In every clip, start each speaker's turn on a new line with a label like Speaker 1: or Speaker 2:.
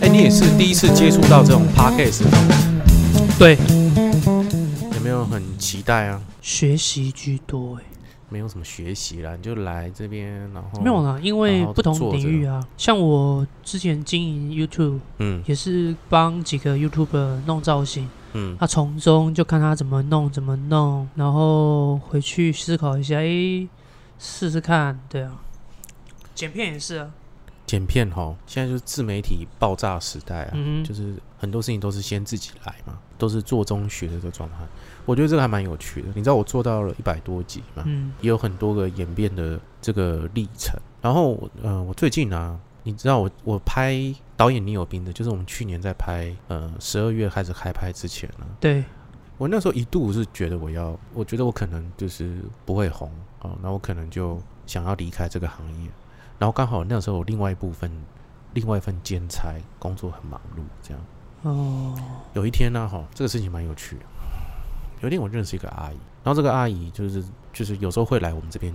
Speaker 1: 哎、你也是第一次接触到这种 podcast，
Speaker 2: 对，
Speaker 1: 有没有很期待啊？
Speaker 2: 学习居多哎、
Speaker 1: 没有什么学习啦，你就来这边，然后
Speaker 2: 没有，啦，因为
Speaker 1: 然后
Speaker 2: 不同
Speaker 1: 做
Speaker 2: 领域啊，像我之前经营 YouTube，
Speaker 1: 嗯
Speaker 2: 也是帮几个 YouTuber 弄造型，
Speaker 1: 嗯
Speaker 2: 那、从中就看他怎么弄，怎么弄，然后回去思考一下，诶、试试看，对啊，剪片也是啊，
Speaker 1: 剪片吼，现在就是自媒体爆炸时代啊，
Speaker 2: 嗯
Speaker 1: 就
Speaker 2: 哼，
Speaker 1: 是很多事情都是先自己来嘛，都是做中学的这个状态。我觉得这个还蛮有趣的。你知道我做到了一百多集嘛，
Speaker 2: 嗯，
Speaker 1: 也有很多个演变的这个历程。然后我，呃，我最近啊，你知道我我拍导演倪有斌的，就是我们去年在拍，呃，十二月开始开拍之前啊呢、
Speaker 2: 对，
Speaker 1: 我那时候一度是觉得我要，我觉得我可能就是不会红哦，那我可能就想要离开这个行业。然后刚好那时候我另外一部分，另外一份兼差工作很忙碌，这样。
Speaker 2: 哦，
Speaker 1: 有一天呢，哈，这个事情蛮有趣的。有一天我认识一个阿姨，然后这个阿姨就是就是有时候会来我们这边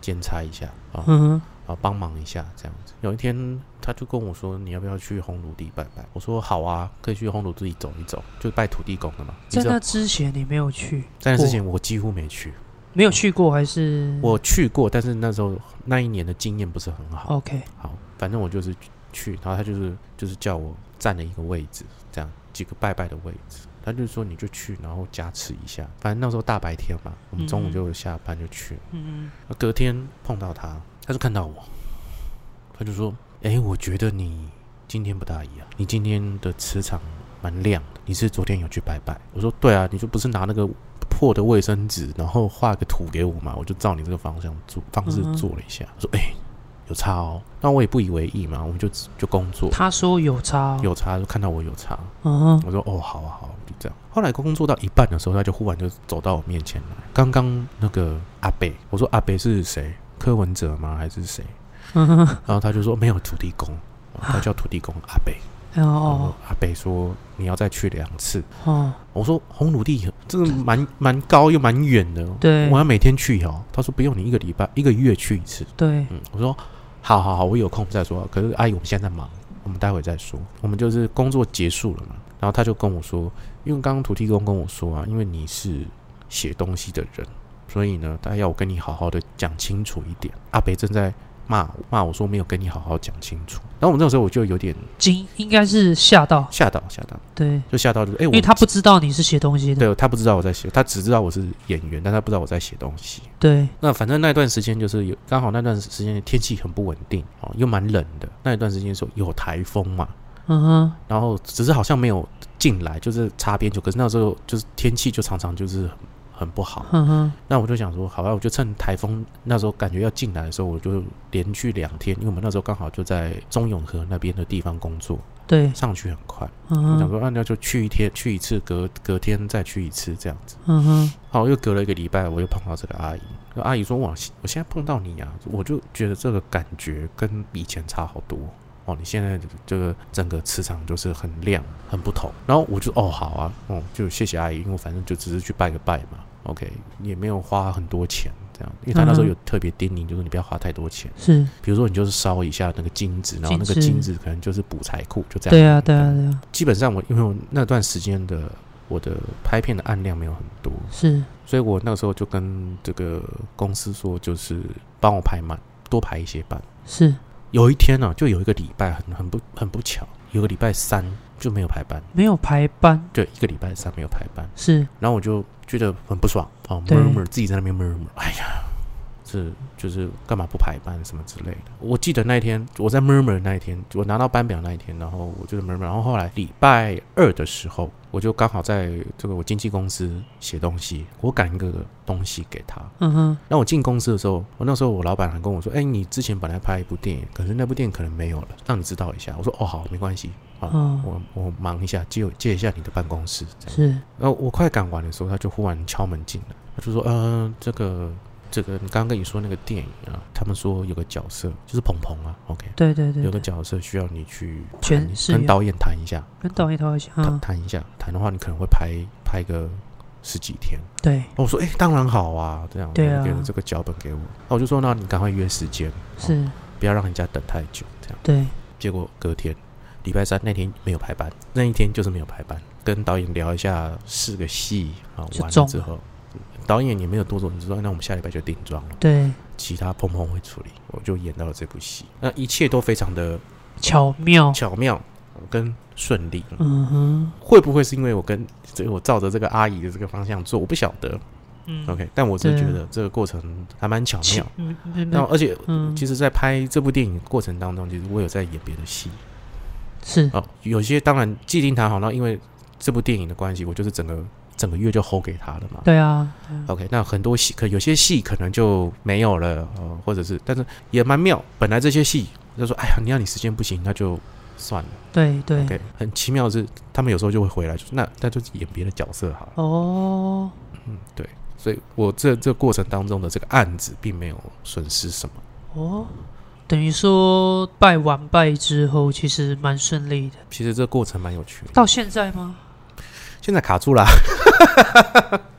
Speaker 1: 兼差一下啊
Speaker 2: 嗯哼，
Speaker 1: 啊帮忙一下这样子。有一天她就跟我说，你要不要去烘炉地拜拜？我说好啊，可以去烘炉地走一走，就拜土地公的嘛。你
Speaker 2: 在
Speaker 1: 知道
Speaker 2: 那之前你没有去，
Speaker 1: 在那之前我几乎没去，
Speaker 2: 没有去过还是
Speaker 1: 我去过，但是那时候那一年的经验不是很好。
Speaker 2: OK，
Speaker 1: 好，反正我就是去，然后他就是就是叫我占了一个位置，这样几个拜拜的位置。他就说你就去，然后加持一下。反正那时候大白天嘛，我们中午
Speaker 2: 嗯
Speaker 1: 就下班就去。
Speaker 2: 嗯
Speaker 1: 那隔天碰到他，他就看到我，他就说：“哎、我觉得你今天不大一样，你今天的磁场蛮亮的，你是昨天有去拜拜？”我说：“对啊，你就不是拿那个破的卫生纸，然后画个图给我嘛？我就照你这个方向做方式
Speaker 2: 嗯哼
Speaker 1: 做了一下，我说：哎、有差哦。那我也不以为意嘛，我们就就工作
Speaker 2: 哼，。”他说有差、哦，，
Speaker 1: 有差就看到我有差，
Speaker 2: 嗯哼。
Speaker 1: 我说哦好啊好啊，就这样。后来工作到一半的时候，他就忽然就走到我面前来。刚刚那个阿北，我说阿北是谁？柯文哲吗？还是谁？
Speaker 2: 嗯
Speaker 1: 然后他就说没有土地公，哦他叫土地公阿北。
Speaker 2: 然
Speaker 1: 然后
Speaker 2: 后
Speaker 1: 阿北说你要再去两次。
Speaker 2: 哦，
Speaker 1: 我说红土地真的蛮蛮高又蛮远的，哦
Speaker 2: 对
Speaker 1: 我要每天去哦。他说不用，你一个礼拜一个月去一次。
Speaker 2: 对，
Speaker 1: 嗯，我说好好好，我有空再说。可是阿姨，我们现在在忙，我们待会再说。我们就是工作结束了嘛，然后他就跟我说，因为刚刚土地公跟我说啊，因为你是写东西的人，所以呢，他要我跟你好好的讲清楚一点。阿北正在骂我骂我说没有跟你好好讲清楚，然后我那时候我就有点
Speaker 2: 惊应该是吓到，
Speaker 1: 吓到吓到，
Speaker 2: 对，
Speaker 1: 就吓到就是哎、
Speaker 2: 因
Speaker 1: 我
Speaker 2: 为他不知道你是写东西的，
Speaker 1: 对他不知道我在写，他只知道我是演员，但他不知道我在写东西。
Speaker 2: 对，
Speaker 1: 那反正那段时间就是有，刚好那段时间天气很不稳定哦，又蛮冷的。那一段时间的时候有台风嘛，
Speaker 2: 嗯哼，
Speaker 1: 然后只是好像没有进来，就是擦边球。可是那时候就是天气就常常就是很很不好。
Speaker 2: 嗯哼，
Speaker 1: 那我就想说，好吧，我就趁台风那时候感觉要进来的时候，我就连续两天，因为我们那时候刚好就在中永和那边的地方工作，
Speaker 2: 对，
Speaker 1: 上去很快。我
Speaker 2: 嗯
Speaker 1: 想
Speaker 2: 哼，
Speaker 1: 说，啊那就去一天，去一次，隔隔天再去一次这样子。
Speaker 2: 嗯哼，
Speaker 1: 好，又隔了一个礼拜，我又碰到这个阿姨。那阿姨说：“哇，我现在碰到你啊，我就觉得这个感觉跟以前差好多哦。你现在的这个整个磁场就是很亮，很不同。”然后我就哦，好啊，哦，就谢谢阿姨，因为我反正就只是去拜个拜嘛，OK，也没有花很多钱这样。因为他那时候
Speaker 2: 嗯哼
Speaker 1: 有特别叮咛，就是你不要花太多钱，
Speaker 2: 是，
Speaker 1: 比如说你就是烧一下那个金子，然后那个
Speaker 2: 金子
Speaker 1: 金子可能就是补财库，就这样。
Speaker 2: 对啊，对啊，对啊，
Speaker 1: 基本上我因为我那段时间的我的拍片的案量没有很多，
Speaker 2: 是，
Speaker 1: 所以我那时候就跟这个公司说，就是帮我排满，多排一些班。
Speaker 2: 是，
Speaker 1: 有一天呢、啊就有一个礼拜很很不很不巧，有个礼拜三就没有排班，
Speaker 2: 没有排班，
Speaker 1: 对，一个礼拜三没有排班，
Speaker 2: 是，
Speaker 1: 然后我就觉得很不爽啊
Speaker 2: 对
Speaker 1: ，murmur 自己在那边 murmur，哎呀，这就是干嘛不排班什么之类的。我记得那一天我在 murmur 那一天，我拿到班表那一天，然后我就是 murmur，然后后来礼拜二的时候，我就刚好在这个我经纪公司写东西，我赶一个东西给他，
Speaker 2: 嗯哼，
Speaker 1: 那我进公司的时候，我那时候我老板还跟我说：“哎、你之前本来拍一部电影，可是那部电影可能没有了，让你知道一下。”我说：“哦，好，没关系，好，
Speaker 2: 嗯，
Speaker 1: 我我忙一下，借借一下你的办公室。”这样。
Speaker 2: 是，
Speaker 1: 然后我快赶完的时候，他就忽然敲门进来，他就说：“呃，这个这个，你刚刚跟你说那个电影啊，他们说有个角色就是鹏鹏啊，OK，
Speaker 2: 对对对
Speaker 1: 有个
Speaker 2: 对，
Speaker 1: 角色需要你去
Speaker 2: 全
Speaker 1: 谈
Speaker 2: 是
Speaker 1: 跟
Speaker 2: 有
Speaker 1: 导演谈一下，
Speaker 2: 跟导演讨一下，
Speaker 1: 谈
Speaker 2: 嗯
Speaker 1: 谈一下，谈的话你可能会拍拍个十几天。
Speaker 2: 对，
Speaker 1: 那我说，哎、当然好啊，这样，
Speaker 2: 对啊
Speaker 1: 给了这个脚本给我，那我就说，那你赶快约时间，
Speaker 2: 是，
Speaker 1: 不要让人家等太久，这样。
Speaker 2: 对，
Speaker 1: 结果隔天，礼拜三那天没有排班，那一天就是没有排班，跟导演聊一下四个戏啊，
Speaker 2: 就
Speaker 1: 完
Speaker 2: 中
Speaker 1: 了
Speaker 2: 了
Speaker 1: 之后，导演也没有多做，你知道，那我们下礼拜就定妆了，
Speaker 2: 对，
Speaker 1: 其他碰碰会处理，我就演到了这部戏，那一切都非常的
Speaker 2: 巧妙，
Speaker 1: 巧妙跟顺利，
Speaker 2: 嗯哼，
Speaker 1: 会不会是因为我跟这我照着这个阿姨的这个方向做，我不晓得
Speaker 2: 嗯
Speaker 1: ，OK，但我只是
Speaker 2: 对
Speaker 1: 觉得这个过程还蛮巧
Speaker 2: 巧
Speaker 1: 妙。
Speaker 2: 嗯嗯
Speaker 1: 那呃
Speaker 2: 嗯
Speaker 1: 而且，
Speaker 2: 嗯
Speaker 1: 其实，在拍这部电影的过程当中，其实我有在演别的戏，
Speaker 2: 是，
Speaker 1: 哦，有些当然既定谈好，那因为这部电影的关系，我就是整个整个月就 hold 给他了嘛。
Speaker 2: 对啊，对啊
Speaker 1: OK，那很多戏可有些戏可能就没有了，呃，或者是，但是也蛮妙。本来这些戏就说，哎呀，你要你时间不行，那就算了。
Speaker 2: 对对，
Speaker 1: OK，很奇妙的是，他们有时候就会回来，就是那那就演别的角色好了。
Speaker 2: 哦，
Speaker 1: 嗯，对，所以我这这过程当中的这个案子并没有损失什么，
Speaker 2: 哦，等于说拜完拜之后，其实蛮顺利的。
Speaker 1: 其实这过程蛮有趣的。
Speaker 2: 到现在吗？
Speaker 1: 现在卡住了啊，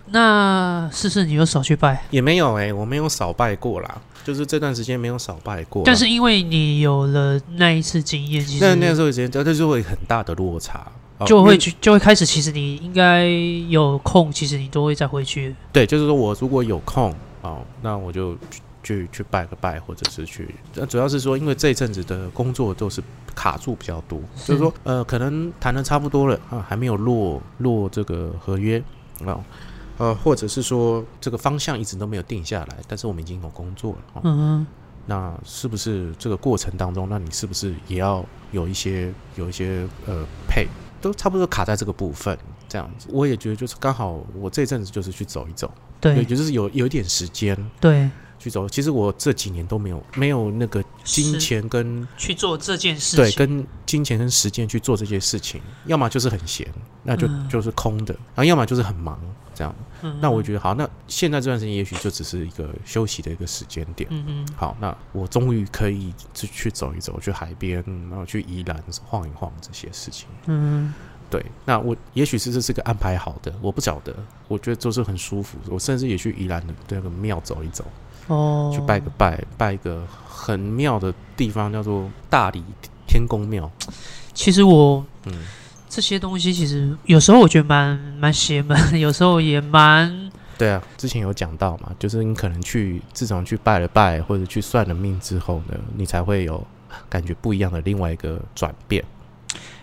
Speaker 2: 那试试你又少去拜，
Speaker 1: 也没有哎、我没有少拜过啦，就是这段时间没有少拜过啦。
Speaker 2: 但是因为你有了那一次经验，其
Speaker 1: 那那时
Speaker 2: 实
Speaker 1: 候时间，这就是会很大的落差，哦
Speaker 2: 就
Speaker 1: 因
Speaker 2: 会
Speaker 1: 为
Speaker 2: 去就会开始，其实你应该有空，其实你都会再回去。
Speaker 1: 对，就是说我如果有空哦，那我就去去去拜个拜，或者是去，那主要是说，因为这一阵子的工作都是卡住比较多，
Speaker 2: 是
Speaker 1: 就是说呃，可能谈的差不多了啊，还没有落落这个合约啊。呃，或者是说这个方向一直都没有定下来，但是我们已经有工作了、哦
Speaker 2: 嗯哼，
Speaker 1: 那是不是这个过程当中，那你是不是也要有一些有一些呃配，都差不多卡在这个部分这样子？我也觉得就是刚好我这阵子就是去走一走，也
Speaker 2: 对
Speaker 1: 就是有有一点时间
Speaker 2: 对，
Speaker 1: 去走。其实我这几年都没有没有那个金
Speaker 2: 是
Speaker 1: 钱跟
Speaker 2: 去做这件事
Speaker 1: 对
Speaker 2: 情。
Speaker 1: 跟金钱跟时间去做这些事情，要么就是很闲，那就、
Speaker 2: 嗯
Speaker 1: 就是空的，然后要么就是很忙这样。
Speaker 2: 嗯
Speaker 1: 那我觉得好，那现在这段时间也许就只是一个休息的一个时间点。
Speaker 2: 嗯嗯，
Speaker 1: 好，那我终于可以去去走一走，去海边，然后去宜兰晃一晃这些事情。
Speaker 2: 嗯，
Speaker 1: 对，那我也许是这是个安排好的，我不晓得，我觉得就是很舒服。我甚至也去宜兰的那个庙走一走，
Speaker 2: 哦，
Speaker 1: 去拜个拜，拜一个很妙的地方，叫做大理天宫庙。
Speaker 2: 其实我
Speaker 1: 嗯，
Speaker 2: 这些东西，其实有时候我觉得蛮蛮邪门，有时候也蛮
Speaker 1: 对啊，之前有讲到嘛，就是你可能去自从去拜了拜，或者去算了命之后呢，你才会有感觉不一样的另外一个转变。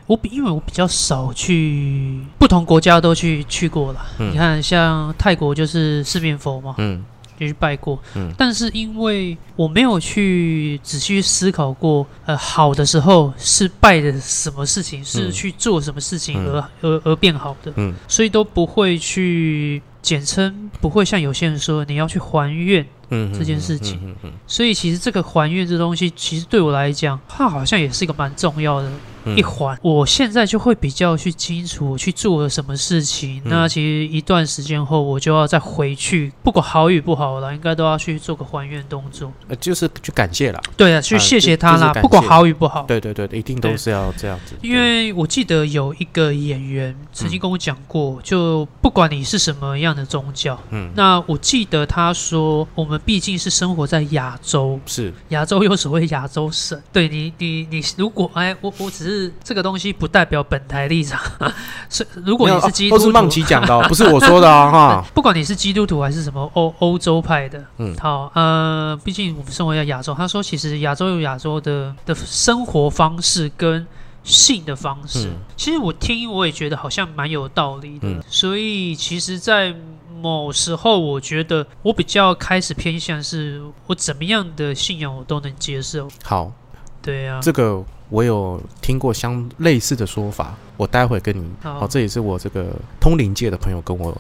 Speaker 2: 我比因为我比较少去不同国家都去去过了。
Speaker 1: 嗯
Speaker 2: 你看，像泰国就是四面佛嘛，
Speaker 1: 嗯
Speaker 2: 就去拜过。
Speaker 1: 嗯
Speaker 2: 但是因为我没有去仔细去思考过，呃，好的时候是拜的什么事情，是
Speaker 1: 嗯
Speaker 2: 去做什么事情
Speaker 1: 嗯
Speaker 2: 而、而而变好的，
Speaker 1: 嗯
Speaker 2: 所以都不会去简称，不会像有些人说你要去还愿。
Speaker 1: 嗯，
Speaker 2: 这件事情
Speaker 1: 嗯嗯嗯
Speaker 2: 所以其实这个还愿这东西，其实对我来讲，它好像也是一个蛮重要的
Speaker 1: 嗯
Speaker 2: 一环。我现在就会比较去清楚我去做了什么事情。
Speaker 1: 嗯
Speaker 2: 那其实一段时间后，我就要再回去，不管好与不好啦，应该都要去做个还愿动作。
Speaker 1: 呃，就是去感谢啦。
Speaker 2: 对啊，去
Speaker 1: 啊
Speaker 2: 谢谢
Speaker 1: 就
Speaker 2: 他
Speaker 1: 就是
Speaker 2: 啦，
Speaker 1: 感谢
Speaker 2: 不管好与不好。
Speaker 1: 对对对，一定都是要这样子。
Speaker 2: 哦因为我记得有一个演员曾经跟我讲过，就不管你是什么样的宗教，
Speaker 1: 嗯，
Speaker 2: 那我记得他说，我们毕竟是生活在亚洲，
Speaker 1: 是
Speaker 2: 亚洲有所谓亚洲省，对你，你，你如果哎，我我只是这个东西不代表本台立场， 是如果
Speaker 1: 没
Speaker 2: 你
Speaker 1: 有
Speaker 2: 是
Speaker 1: 哦
Speaker 2: 基督
Speaker 1: 都是
Speaker 2: 徒，
Speaker 1: 梦琪讲的哦，不是我说的哦 哈。
Speaker 2: 不管你是基督徒还是什么欧欧洲派的，
Speaker 1: 嗯
Speaker 2: 好，呃，毕竟我们生活在亚洲，他说其实亚洲有亚洲的的生活方式跟性的方式，
Speaker 1: 嗯
Speaker 2: 其实我听我也觉得好像蛮有道理的，
Speaker 1: 嗯
Speaker 2: 所以其实，在某时候，我觉得我比较开始偏向是我怎么样的信仰我都能接受，
Speaker 1: 好，
Speaker 2: 对啊，
Speaker 1: 这个我有听过相类似的说法，我待会跟你。
Speaker 2: 好
Speaker 1: 哦，这也是我这个通灵界的朋友跟我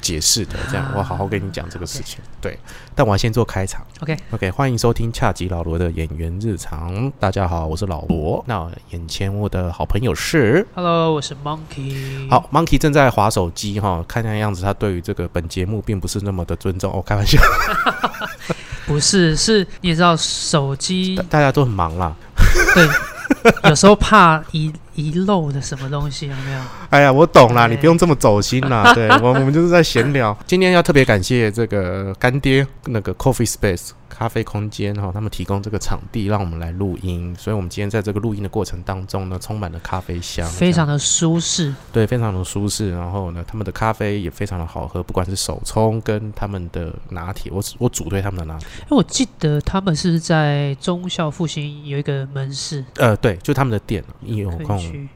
Speaker 1: 解释的，这样
Speaker 2: 啊
Speaker 1: 我好好跟你讲这个事情。对，但我要先做开场。
Speaker 2: OK
Speaker 1: OK，欢迎收听恰吉老罗的演员日常。大家好，我是老罗。那眼前我的好朋友是。
Speaker 2: Hello，我是 Monkey。，
Speaker 1: 好，Monkey 正在划手机哈，看那样子，他对于这个本节目并不是那么的尊重哦，开玩笑，
Speaker 2: 不是，是你也知道，手机
Speaker 1: 大大家都很忙啦。
Speaker 2: 对，有时候怕遗遗漏的什么东西，有没有？
Speaker 1: 哎呀，我懂啦，
Speaker 2: 哎
Speaker 1: 你不用这么走心 啦。对我，我们就是在闲聊。今天要特别感谢这个干爹那个 Coffee Space 咖啡空间哈、哦，他们提供这个场地让我们来录音，所以我们今天在这个录音的过程当中呢，充满了咖啡香，
Speaker 2: 非常的舒适。
Speaker 1: 对，非常的舒适。然后呢，他们的咖啡也非常的好喝，不管是手冲跟他们的拿铁，我我主推他们的拿铁。
Speaker 2: 哎，我记得他们是在中校复兴有一个门市
Speaker 1: 呃，对，就他们的店，你有
Speaker 2: 可
Speaker 1: 空
Speaker 2: 以去，因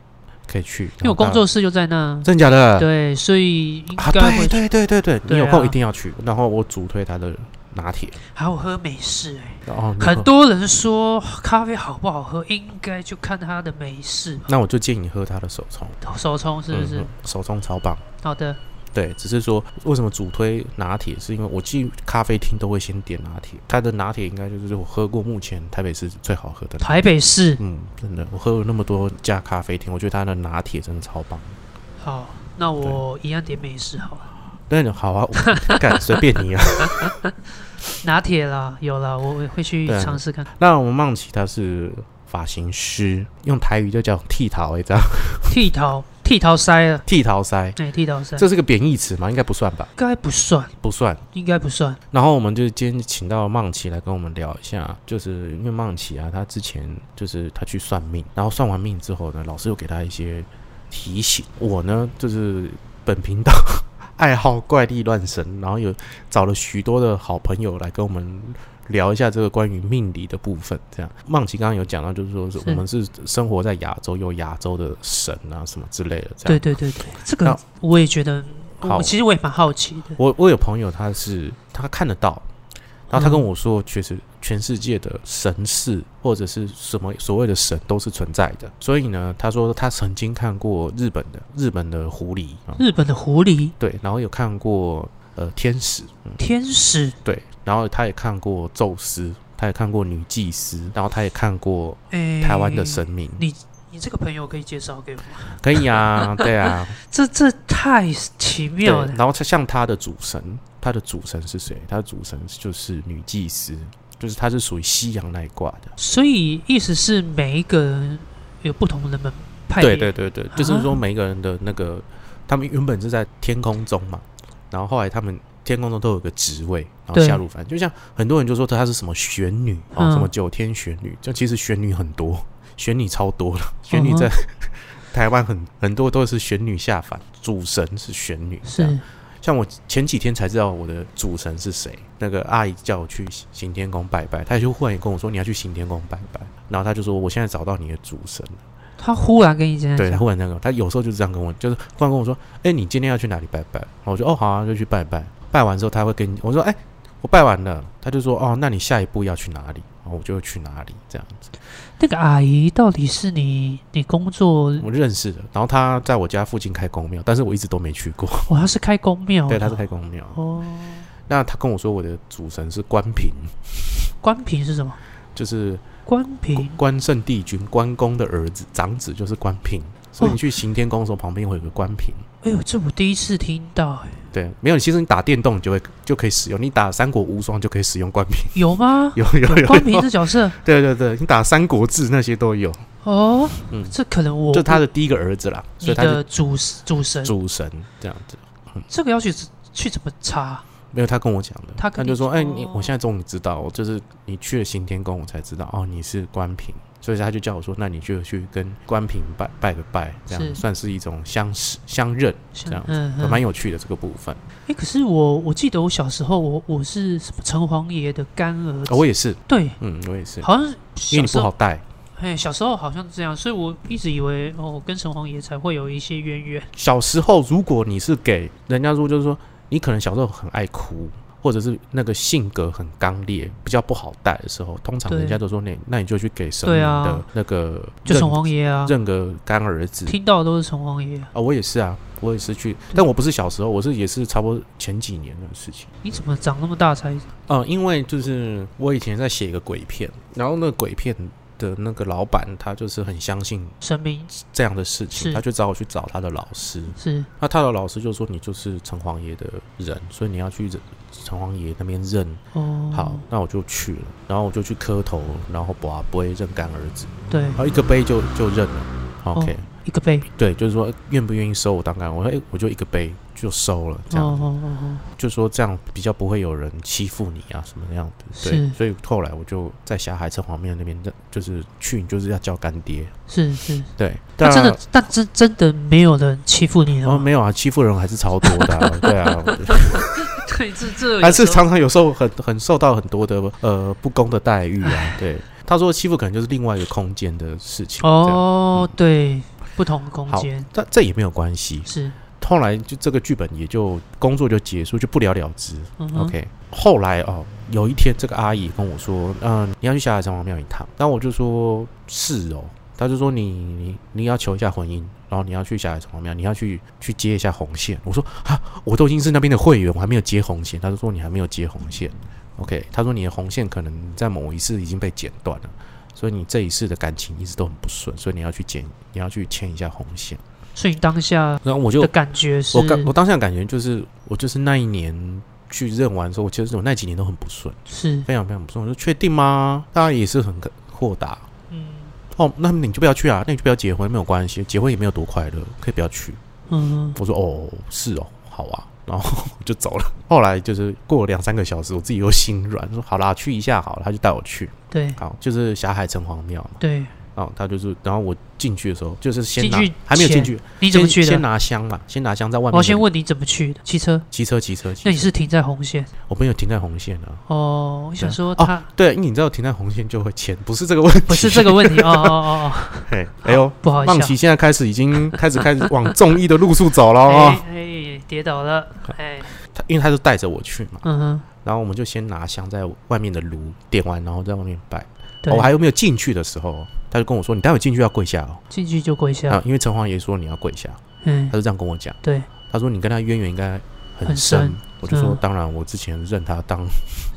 Speaker 1: 可以去。因
Speaker 2: 为我工作室就在那。
Speaker 1: 真假的？
Speaker 2: 对，所以应
Speaker 1: 啊，
Speaker 2: 该会
Speaker 1: 对
Speaker 2: 去。
Speaker 1: 对对对对，你
Speaker 2: 对
Speaker 1: 有空
Speaker 2: 啊
Speaker 1: 一定要去。然后我主推他的拿铁。
Speaker 2: 还有喝美式，哎，
Speaker 1: 哦，你有
Speaker 2: 很
Speaker 1: 空
Speaker 2: 多人说咖啡好不好喝，应该就看它的美式吧。
Speaker 1: 那我就建议你喝他的手冲，
Speaker 2: 手冲是不是？
Speaker 1: 嗯嗯手冲超棒。
Speaker 2: 好的，
Speaker 1: 对，只是说为什么主推拿铁，是因为我去咖啡厅都会先点拿铁，他的拿铁应该就是我喝过目前台北市最好喝的拿铁。
Speaker 2: 台北市。
Speaker 1: 嗯，真的，我喝了那么多家咖啡厅，我觉得他的拿铁真的超棒。
Speaker 2: 好，那我一样点美式好了。
Speaker 1: 那你好啊，我 干随便你啊。
Speaker 2: 拿铁啦，有啦，我我会去
Speaker 1: 对啊
Speaker 2: 尝试看。
Speaker 1: 那我们梦琪他是发型师，用台语就叫剃头，你知道
Speaker 2: 剃头，剃头塞了，
Speaker 1: 剃头塞，
Speaker 2: 哎、剃头塞，
Speaker 1: 这是个贬义词吗？应该不算吧，
Speaker 2: 应该不算，
Speaker 1: 不算。
Speaker 2: 应该不算。
Speaker 1: 然后我们就今天请到梦琪来跟我们聊一下，就是因为梦琪啊，他之前就是他去算命，然后算完命之后呢，老师又给他一些提醒。我呢，就是本频道爱好怪力乱神，然后有找了许多的好朋友来跟我们。聊一下这个关于命理的部分，这样。梦琪刚刚有讲到，就是说是
Speaker 2: 是
Speaker 1: 我们是生活在亚洲，有亚洲的神啊什么之类的，这样。
Speaker 2: 对对对对，这个
Speaker 1: 那
Speaker 2: 我也觉得，
Speaker 1: 好
Speaker 2: 我其实我也蛮好奇的。
Speaker 1: 我我有朋友，他是他看得到，然后他
Speaker 2: 嗯
Speaker 1: 跟我说，确实全世界的神事或者是什么所谓的神都是存在的。所以呢，他说他曾经看过日本的日本的狐狸啊、
Speaker 2: 日本的狐狸、
Speaker 1: 对，然后有看过呃天使，
Speaker 2: 天使，
Speaker 1: 对，然后他也看过宙斯，他也看过女祭司，然后他也看过
Speaker 2: 哎、
Speaker 1: 台湾的神明，
Speaker 2: 你你这个朋友可以介绍给我吗？
Speaker 1: 可以啊，对啊，
Speaker 2: 这这太奇
Speaker 1: 对。
Speaker 2: 妙了。
Speaker 1: 然后他像他的主神，他的主神是谁？他的主神就是女祭司。就是他是属于西洋那一挂的，
Speaker 2: 所以意思是每一个人有不同的门派别，
Speaker 1: 对对对对，就是说
Speaker 2: 哎啊
Speaker 1: 每一个人的那个，他们原本是在天空中嘛，然后后来他们天空中都有个职位，然后
Speaker 2: 对
Speaker 1: 下入凡，就像很多人就说她是什么玄女啊、哦
Speaker 2: 嗯
Speaker 1: 什么九天玄女，就其实玄女很多，玄女超多了，
Speaker 2: 嗯
Speaker 1: 玄女在、台湾很很多都是玄女下凡，主神是玄女，这样
Speaker 2: 是
Speaker 1: 像我前几天才知道我的主神是谁，那个阿姨叫我去行天宫拜拜，她就忽然也跟我说你要去行天宫拜拜，然后她就说我现在找到你的主神了。
Speaker 2: 他忽然跟你讲，
Speaker 1: 对，他忽然这样跟我，他有时候就是这样跟我，就是忽然跟我说：“哎、你今天要去哪里拜拜？”然后我说：“哦，好啊，就去拜拜。”拜完之后，他会跟你我说：“哎、我拜完了。”他就说：“哦，那你下一步要去哪里？”然后我就会去哪里这样子。
Speaker 2: 那个阿姨到底是你你工作
Speaker 1: 我认识的，然后他在我家附近开公庙，但是我一直都没去过。
Speaker 2: 哇，他是开公庙的，
Speaker 1: 对，他是开公庙。
Speaker 2: 哦。
Speaker 1: 那他跟我说我的主神是关平，
Speaker 2: 关平是什么？
Speaker 1: 就是
Speaker 2: 关平
Speaker 1: 关圣帝君关公的儿子，长子就是关平。所以你去行天宫的时候，旁边会有个关平。
Speaker 2: 哎呦，这我第一次听到、哎，
Speaker 1: 对，没有，其实你打电动你就会就可以使用，你打三国无双就可以使用关平。
Speaker 2: 有吗？
Speaker 1: 有有有
Speaker 2: 关平这角色
Speaker 1: 对对对，你打《三国志》那些都有，
Speaker 2: 哦，
Speaker 1: 嗯
Speaker 2: 这可能我
Speaker 1: 就他的第一个儿子啦，所
Speaker 2: 你
Speaker 1: 以他是
Speaker 2: 的主主神，
Speaker 1: 主神这样子。
Speaker 2: 这个要去去怎么查？
Speaker 1: 没有，他跟我讲的，
Speaker 2: 他
Speaker 1: 他
Speaker 2: 跟你
Speaker 1: 就说：“
Speaker 2: 说
Speaker 1: 哎、你我现在终于知道，我就是你去了行天宫，我才知道哦，你是关平。”所以他就叫我说：“那你就去跟关平拜拜个拜，这样
Speaker 2: 是
Speaker 1: 算是一种相识相认，这样子
Speaker 2: 嗯嗯，
Speaker 1: 啊蛮
Speaker 2: 哎、
Speaker 1: 有趣的这个部分。
Speaker 2: 可是我我记得我小时候，我我是什么城隍爷的干儿子，
Speaker 1: 哦我也是，
Speaker 2: 对，
Speaker 1: 嗯，我也是，
Speaker 2: 好像
Speaker 1: 因为
Speaker 2: 小
Speaker 1: 你
Speaker 2: 时
Speaker 1: 不好
Speaker 2: 候，
Speaker 1: 带，
Speaker 2: 哎，小时候好像这样，所以我一直以为哦，我跟城隍爷才会有一些渊源。
Speaker 1: 小时候，如果你是给人家说，就是说你可能小时候很爱哭，或者是那个性格很刚烈，比较不好带的时候，通常
Speaker 2: 对
Speaker 1: 人家都说那那你就去给神明
Speaker 2: 对啊
Speaker 1: 的那个
Speaker 2: 就
Speaker 1: 认
Speaker 2: 城隍爷啊，
Speaker 1: 认个干儿子
Speaker 2: 听到的都是城隍爷啊。
Speaker 1: 啊、我也是啊，我也是去，但我不是小时候，我是也是差不多前几年的事情。
Speaker 2: 你怎么长那么大才？
Speaker 1: 嗯，因为就是我以前在写一个鬼片，然后那个鬼片的那个老板他就是很相信
Speaker 2: 神明
Speaker 1: 这样的事情，
Speaker 2: 是
Speaker 1: 他就找我去找他的老师，
Speaker 2: 是
Speaker 1: 那他的老师就说你就是城隍爷的人，所以你要去城城隍爷那边认。
Speaker 2: 哦，
Speaker 1: 好，那我就去了，然后我就去磕头，然后把杯认干儿子，
Speaker 2: 对哦
Speaker 1: 然，后一个杯就就认了。OK，、
Speaker 2: 一个杯。
Speaker 1: 对，就是说愿不愿意收我当干，我说哎、我就一个杯就收了，这
Speaker 2: 哦
Speaker 1: 样
Speaker 2: 哦
Speaker 1: 子，
Speaker 2: 哦哦，
Speaker 1: 就说这样比较不会有人欺负你啊什么样子。对
Speaker 2: 是，
Speaker 1: 所以后来我就在霞海城隍庙那边，就是去你就是要叫干爹。
Speaker 2: 是是，
Speaker 1: 对，
Speaker 2: 那
Speaker 1: 但
Speaker 2: 真的，但真真的没有人欺负你了
Speaker 1: 哦
Speaker 2: 吗？
Speaker 1: 没有啊，欺负人还是超多的啊、对啊，
Speaker 2: 对，这这
Speaker 1: 还是常常有时候很很受到很多的呃不公的待遇 啊。对，他说欺负可能就是另外一个空间的事情。这样，
Speaker 2: 哦，对，不同的空
Speaker 1: 嗯好
Speaker 2: 间
Speaker 1: 但这也没有关系。
Speaker 2: 是，
Speaker 1: 后来就这个剧本也就工作就结束，就不了了之。
Speaker 2: 嗯哼
Speaker 1: OK，后来哦，有一天这个阿姨跟我说，嗯、你要去霞海城隍庙一趟，然后我就说是哦，她就说你你你要求一下婚姻，然后你要去霞海城隍庙，你要去去接一下红线。我说啊，我都已经是那边的会员，我还没有接红线。她就说你还没有接红线，OK，她说你的红线可能在某一次已经被剪断了。所以你这一次的感情一直都很不顺，所以你要去剪，你要去牵一下红线。
Speaker 2: 所以你当下
Speaker 1: 然后我就
Speaker 2: 的感觉是，
Speaker 1: 我感我当下感觉就是，我就是那一年去认完之后，我其实我那几年都很不顺，
Speaker 2: 是，
Speaker 1: 非常非常不顺。我说确定吗？大家也是很豁达
Speaker 2: 嗯
Speaker 1: 哦，那你就不要去啊，那你就不要结婚，没有关系，结婚也没有多快乐，可以不要去。
Speaker 2: 嗯哼，
Speaker 1: 我说哦，是哦，好啊，然后我就走了。后来就是过了两三个小时，我自己又心软，说好啦，去一下好了，他就带我去，
Speaker 2: 对
Speaker 1: 好，就是霞海城隍庙嘛，
Speaker 2: 对，
Speaker 1: 然后他就是，然后我进去的时候就是先
Speaker 2: 进
Speaker 1: 拿
Speaker 2: 去，
Speaker 1: 还没有进
Speaker 2: 前
Speaker 1: 去，
Speaker 2: 你怎么
Speaker 1: 先
Speaker 2: 去
Speaker 1: 先
Speaker 2: 的？
Speaker 1: 拿香嘛，先拿香在外
Speaker 2: 我
Speaker 1: 面
Speaker 2: 要先问你怎么去的，骑车？
Speaker 1: 骑车，骑车，骑车
Speaker 2: 那你是停在红线？
Speaker 1: 我朋友停在红线啊。
Speaker 2: 哦，我想
Speaker 1: 对
Speaker 2: 说
Speaker 1: 哦
Speaker 2: 他
Speaker 1: 对，因为你知道停在红线就会签，不是这个问题。
Speaker 2: 不是这个问题，哦哦哦哦，
Speaker 1: 嘿，哎呦，
Speaker 2: 不好
Speaker 1: 浪
Speaker 2: 意思
Speaker 1: 奇
Speaker 2: 啊，
Speaker 1: 现在开始已经 开始开始往综艺的路数 走了哦。
Speaker 2: 哎哎，跌倒 了，哎，
Speaker 1: 他因为他就带着我去嘛，
Speaker 2: 嗯哼，
Speaker 1: 然后我们就先拿香在外面的炉点完，然后在外面拜。
Speaker 2: 对，
Speaker 1: 哦我还有没有进去的时候，他就跟我说：“你待会进去要跪下哦。
Speaker 2: 进去就跪”
Speaker 1: 啊
Speaker 2: 下，，
Speaker 1: 因为城隍爷说你要跪下，
Speaker 2: 嗯
Speaker 1: 他，就这样跟我讲。
Speaker 2: 对，
Speaker 1: 他说：“你跟他渊源应该很
Speaker 2: 很
Speaker 1: 深。
Speaker 2: 深
Speaker 1: 我就说：“
Speaker 2: 嗯
Speaker 1: 当然，我之前认他当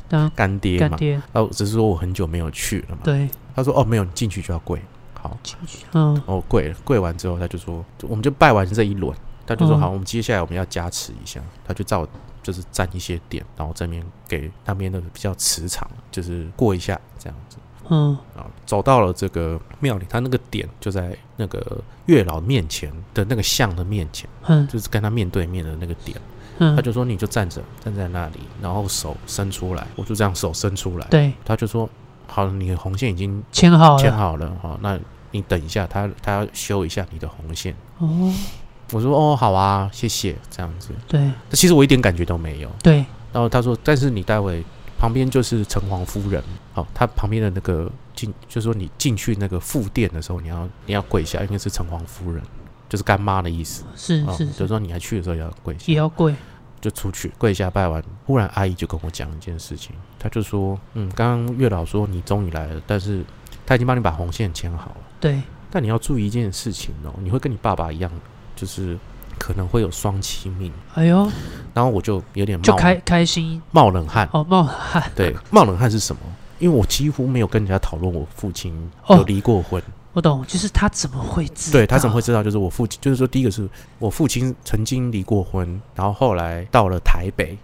Speaker 2: 当
Speaker 1: 干爹
Speaker 2: 干
Speaker 1: 嘛，
Speaker 2: 爹，
Speaker 1: 然后只是说我很久没有去了嘛。
Speaker 2: 对，”
Speaker 1: 他说：“哦，没有，你进去就要跪。”好，
Speaker 2: 进去，嗯，
Speaker 1: 哦，跪了，跪完之后，他就说，就我们就拜完这一轮，他就说、
Speaker 2: 嗯
Speaker 1: 好，我们接下来我们要加持一下，他就照就是占一些点，然后这边给那边的比较磁场，就是过一下这样子。
Speaker 2: 嗯，
Speaker 1: 啊，走到了这个庙里，他那个点就在那个月老面前的那个像的面前，
Speaker 2: 嗯
Speaker 1: 就是跟他面对面的那个点。
Speaker 2: 嗯，
Speaker 1: 他就说你就站着，站在那里，然后手伸出来，我就这样手伸出来。
Speaker 2: 对
Speaker 1: 他就说好，你的红线已经
Speaker 2: 签好
Speaker 1: 签
Speaker 2: 了，
Speaker 1: 好了，好，那你等一下，他他要修一下你的红线。
Speaker 2: 哦，
Speaker 1: 我说哦，好啊，谢谢，这样子。
Speaker 2: 对
Speaker 1: 但其实我一点感觉都没有。
Speaker 2: 对，
Speaker 1: 然后他说，但是你待会旁边就是城隍夫人，好、他旁边的那个进，就是说你进去那个副殿的时候，你要你要跪下，因为是城隍夫人，就是干妈的意思。
Speaker 2: 是
Speaker 1: 哦，
Speaker 2: 嗯是
Speaker 1: 就是
Speaker 2: 是，
Speaker 1: 说你还去的时候也要跪下
Speaker 2: 也，要跪，
Speaker 1: 就出去跪下拜完。忽然阿姨就跟我讲一件事情，她就说，嗯，刚刚月老说你终于来了，但是他已经帮你把红线牵好了。
Speaker 2: 对，
Speaker 1: 但你要注意一件事情哦，你会跟你爸爸一样，就是可能会有双妻命。
Speaker 2: 哎呦，
Speaker 1: 然后我就有点冒
Speaker 2: 就开开心
Speaker 1: 冒冷汗，
Speaker 2: 哦，冒汗，
Speaker 1: 对，冒冷汗是什么？因为我几乎没有跟人家讨论我父亲
Speaker 2: 哦嗯
Speaker 1: 有离过婚，
Speaker 2: 我懂，就是他怎么会知道？
Speaker 1: 对他怎么会知道？就是我父亲，就是说第一个是我父亲曾经离过婚，然后后来到了台北，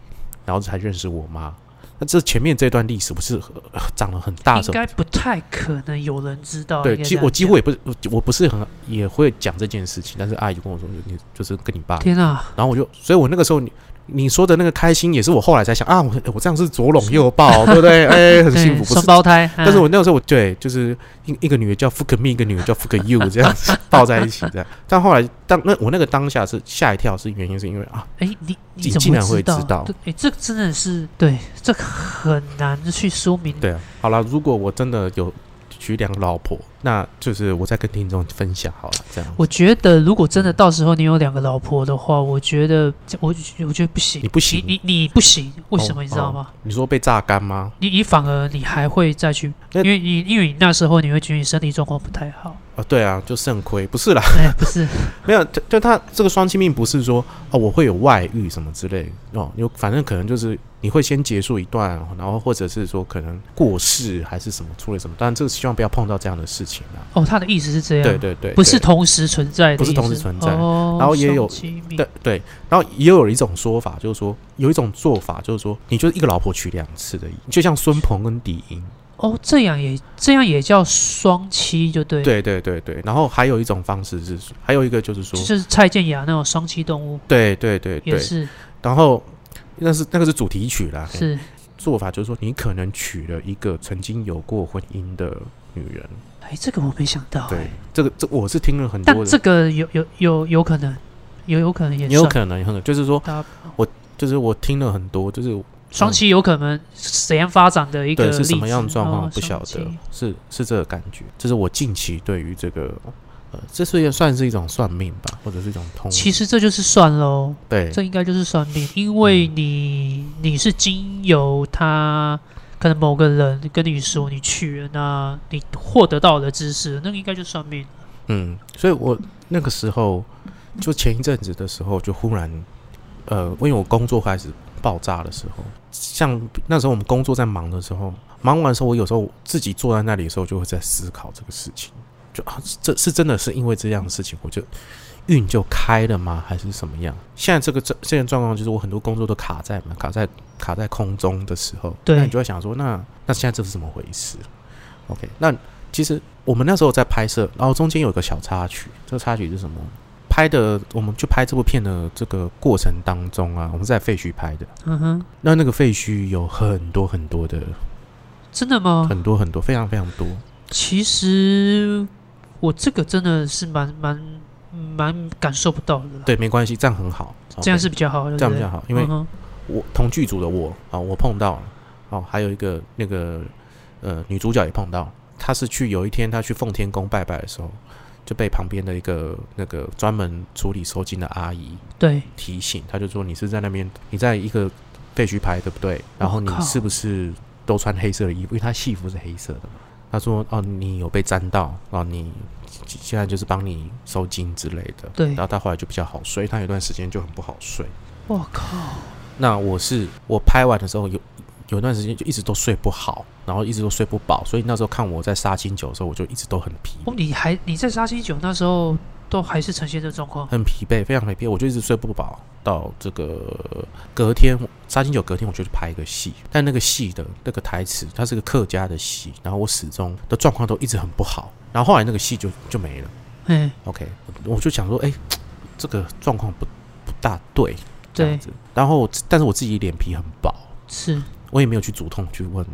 Speaker 1: 然后才认识我妈。那这前面这段历史不是呃长了很大
Speaker 2: 应
Speaker 1: 手？
Speaker 2: 该不太可能有人知道。
Speaker 1: 对，
Speaker 2: 应该
Speaker 1: 其
Speaker 2: 这
Speaker 1: 实
Speaker 2: 样
Speaker 1: 我几
Speaker 2: 讲
Speaker 1: 乎也不是，我我不是很也会讲这件事情，但是阿姨就跟我说，你就是跟你爸
Speaker 2: 天啊，
Speaker 1: 然后我就，所以我那个时候你你说的那个开心，也是我后来才想啊，我我这样是左拥右抱，对不 对？哎、很
Speaker 2: 对
Speaker 1: 幸福，不
Speaker 2: 双
Speaker 1: 是？
Speaker 2: 胞胎，
Speaker 1: 但是
Speaker 2: 嗯
Speaker 1: 我那个时候我对，就是一一个女的叫 fuck me，一个女的叫 fuck you，这样子抱在一起这样。但后来当那我那个当下是吓一跳，是原因是因为啊，
Speaker 2: 哎，你你
Speaker 1: 你
Speaker 2: 怎
Speaker 1: 竟
Speaker 2: 么
Speaker 1: 然会
Speaker 2: 道？
Speaker 1: 知道
Speaker 2: 对哎，这个真的是对，这个很难去说明。
Speaker 1: 对啊，好了，如果我真的有娶两个老婆，那就是我再跟听众分享好了，这样。
Speaker 2: 我觉得，如果真的到时候你有两个老婆的话，我觉得我我觉得不行
Speaker 1: 你，不行，
Speaker 2: 你你你不行，为什
Speaker 1: 哦
Speaker 2: 么你知道吗？
Speaker 1: 你说被榨干吗？
Speaker 2: 你你反而你还会再去，
Speaker 1: 那
Speaker 2: 因为你因为你那时候你会觉得你身体状况不太好，
Speaker 1: 啊，对啊，就肾亏，不是啦，
Speaker 2: 哎，不是，
Speaker 1: 没有，就就他这个双亲命不是说哦，我会有外遇什么之类哦，有反正可能就是你会先结束一段，然后或者是说可能过世还是什么出了什么，但这个希望不要碰到这样的事情啊。
Speaker 2: 哦，他的意思是这样，
Speaker 1: 对对对，
Speaker 2: 不是
Speaker 1: 对
Speaker 2: 同时存在的，
Speaker 1: 不是同时存在
Speaker 2: 哦、
Speaker 1: 然后也有
Speaker 2: 双亲密
Speaker 1: 对对，然后也有一种说法，就是说有一种做法，就是说你就是一个老婆娶两次的，就像孙鹏跟李英，
Speaker 2: 哦，这样也这样也叫双栖，就对，，
Speaker 1: 对对对对，然后还有一种方式是，还有一个就是说
Speaker 2: 就，是蔡健雅那种双栖动物，
Speaker 1: 对对对
Speaker 2: 也
Speaker 1: 对，
Speaker 2: 是
Speaker 1: 然后那是那个是主题曲啦，嘿
Speaker 2: 是，
Speaker 1: 做法就是说，你可能娶了一个曾经有过婚姻的女人，
Speaker 2: 哎，这个我没想到，
Speaker 1: 对
Speaker 2: 哎，
Speaker 1: 这个这我是听了很多
Speaker 2: 但这
Speaker 1: 的，
Speaker 2: 个有有有有可能，有有可能也
Speaker 1: 也有
Speaker 2: 算，
Speaker 1: 可能，很就是说
Speaker 2: 搭，
Speaker 1: 我就是我听了很多，就是嗯
Speaker 2: 双栖有可能怎样发展的一个
Speaker 1: 对
Speaker 2: 例
Speaker 1: 是
Speaker 2: 子，
Speaker 1: 什么样的状况、
Speaker 2: 哦
Speaker 1: 不晓得嗯
Speaker 2: 双栖，
Speaker 1: 是是这个感觉，这是我近期对于这个呃，这是也算是一种算命吧，或者是一种通，
Speaker 2: 其实这就是算喽，
Speaker 1: 对嗯
Speaker 2: 这应该就是算命，因为你你是经由他可能某个人跟你说你去了，那你获得到的知识，那个应该就是算命。
Speaker 1: 嗯，所以我那个时候就前一阵子的时候，就忽然呃，因为我工作开始爆炸的时候，像那时候我们工作在忙的时候，忙完的时候，我有时候自己坐在那里的时候，就会在思考这个事情，就啊，这是真的是因为这样的事情，我就运就开了吗？还是什么样？现在这个状现在状况就是我很多工作都卡在嘛，卡在卡在空中的时候，
Speaker 2: 对
Speaker 1: 那你就会想说，那那现在这是怎么回事？OK，那其实我们那时候在拍摄，然后中间有个小插曲，这个插曲是什么？拍的，我们去拍这部片的这个过程当中啊，我们在废墟拍的。
Speaker 2: 嗯哼，
Speaker 1: 那那个废墟有很多很多的，
Speaker 2: 真的吗？
Speaker 1: 很多很多，非常非常多。
Speaker 2: 其实我这个真的是蛮蛮蛮感受不到的啦，
Speaker 1: 对，没关系，这样很好。
Speaker 2: 这样
Speaker 1: OK，
Speaker 2: 是比较好的，
Speaker 1: 这样比
Speaker 2: 对
Speaker 1: 较
Speaker 2: 不对
Speaker 1: 好，因为
Speaker 2: 嗯哼
Speaker 1: 我同剧组的我啊，我碰到了哦，还有一个那个呃女主角也碰到，她是去有一天她去奉天宫拜拜的时候，就被旁边的一个那个专门处理收金的阿姨
Speaker 2: 对
Speaker 1: 提醒，她就说你是在那边你在一个废墟拍对不对？然后你
Speaker 2: 靠
Speaker 1: 是不是都穿黑色的衣服？因为她戏服是黑色的嘛。她说哦，你有被沾到哦，你现在就是帮你收金之类的。
Speaker 2: 对
Speaker 1: 然后她后来就比较好睡，她有一段时间就很不好睡。
Speaker 2: 我靠，
Speaker 1: 那我是我拍完的时候有有一段时间就一直都睡不好，然后一直都睡不饱，所以那时候看我在杀青酒的时候，我就一直都很疲
Speaker 2: 哦，你还你在杀青酒那时候都还是呈现这状况，
Speaker 1: 很疲惫，非常疲惫，我就一直睡不饱。到这个隔天杀青酒隔天我就去拍一个戏，但那个戏的那个台词它是个客家的戏，然后我始终的状况都一直很不好，然后后来那个戏就就没了。
Speaker 2: 哎，
Speaker 1: OK，我就想说，哎、这个状况不不大对，这样
Speaker 2: 对，
Speaker 1: 子。然后但是我自己脸皮很薄，
Speaker 2: 是
Speaker 1: 我也没有去主动去问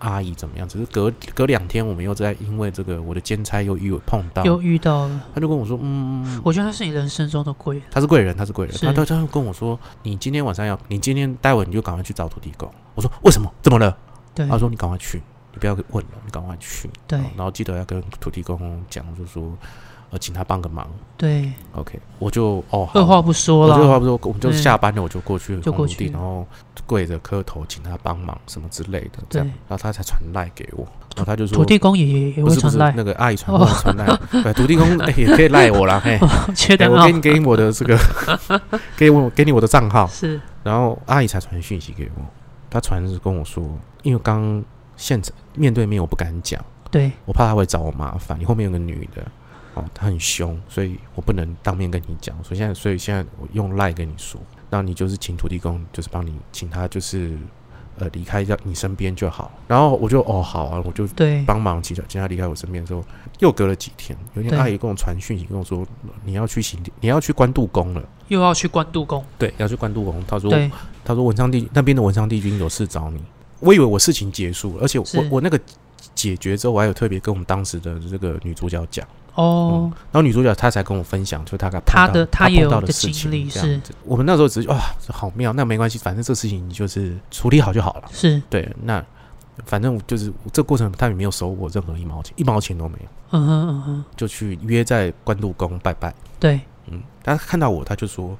Speaker 1: 阿姨怎么样，只是隔隔两天我们又在因为这个我的兼差又又碰到，
Speaker 2: 又遇到了，
Speaker 1: 他就跟我说，嗯，
Speaker 2: 我觉得他是你人生中的贵人，
Speaker 1: 他是贵人，他是贵人，
Speaker 2: 是
Speaker 1: 他他他就跟我说，你今天晚上要，你今天待会你就赶快去找土地公。我说为什么？怎么了？
Speaker 2: 对
Speaker 1: 他说你赶快去，你不要问了，你赶快去。
Speaker 2: 哎对
Speaker 1: 哦然后记得要跟土地公讲，就说呃，请他帮个忙。
Speaker 2: 对，
Speaker 1: OK，我就哦，好
Speaker 2: 二话不说
Speaker 1: 我就话
Speaker 2: 了，
Speaker 1: 不说，我们就
Speaker 2: 嗯
Speaker 1: 下班了，我就过去
Speaker 2: 就
Speaker 1: 红
Speaker 2: 过
Speaker 1: 土地，
Speaker 2: 去
Speaker 1: 然后跪着磕头请他帮忙什么之类的，这样，
Speaker 2: 对
Speaker 1: 然后他才传赖给我，然后他就说
Speaker 2: 土地公也也也
Speaker 1: 不
Speaker 2: 会
Speaker 1: 是不
Speaker 2: 传
Speaker 1: 是
Speaker 2: 赖，
Speaker 1: 那个阿姨传
Speaker 2: 哦
Speaker 1: 赖传赖， 对，土地公哎也可以赖我啦，嘿，
Speaker 2: 觉
Speaker 1: 哎
Speaker 2: 得很
Speaker 1: 我
Speaker 2: 好
Speaker 1: 给，你给你我的这个， 给我给你我的账号，
Speaker 2: 是
Speaker 1: 然后阿姨才传讯息给我，她传是跟我说，因为刚现场面对面我不敢讲，
Speaker 2: 对，
Speaker 1: 我怕她会找我麻烦，你后面有个女的。哦，她很凶，所以我不能当面跟你讲，所以现在，所以现在我用赖跟你说，那你就是请土地公，就是帮你，请他就是，呃，离开到你身边就好。然后我就哦好啊，我就
Speaker 2: 对，
Speaker 1: 帮忙请他请他离开我身边之后，又隔了几天，有一天
Speaker 2: 对
Speaker 1: 阿姨跟我传讯息跟我说，你要去行，你要去关渡宫了，
Speaker 2: 又要去关渡宫，
Speaker 1: 对，要去关渡宫。他说，
Speaker 2: 对，
Speaker 1: 他说文昌帝那边的文昌帝君有事找你。我以为我事情结束了，而且我
Speaker 2: 是
Speaker 1: 我那个解决之后，我还有特别跟我们当时的这个女主角讲，
Speaker 2: 哦，
Speaker 1: 然后女主角她才跟我分享，就大概嗯碰
Speaker 2: 她
Speaker 1: 到
Speaker 2: 的
Speaker 1: 她
Speaker 2: 她也
Speaker 1: 碰到
Speaker 2: 有
Speaker 1: 的
Speaker 2: 的
Speaker 1: 事情
Speaker 2: 经历
Speaker 1: 这样子。我们那时候只是哇，这好妙，那没关系，反正这事情你就是处理好就好了。
Speaker 2: 是，
Speaker 1: 对，那反正我就是这过程他也没有收我任何一毛钱，一毛钱都没有，
Speaker 2: 嗯哼嗯哼，
Speaker 1: 就去约在关渡宫拜拜。
Speaker 2: 对，
Speaker 1: 嗯，他看到我，他就说：“